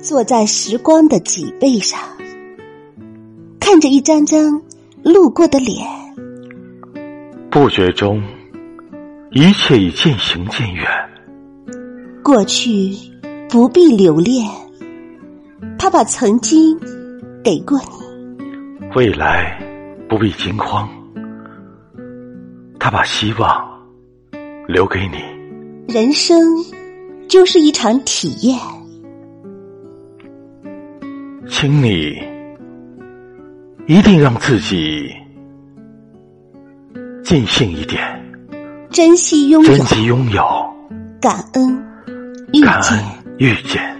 坐在时光的脊背上，看着一张张路过的脸，不觉中，一切已渐行渐远。过去不必留恋，他把曾经给过你，未来不必惊慌，他把希望留给你。人生就是一场体验。请你一定让自己尽兴一点，珍惜拥有珍，惜拥有，感恩遇感见。恩遇见。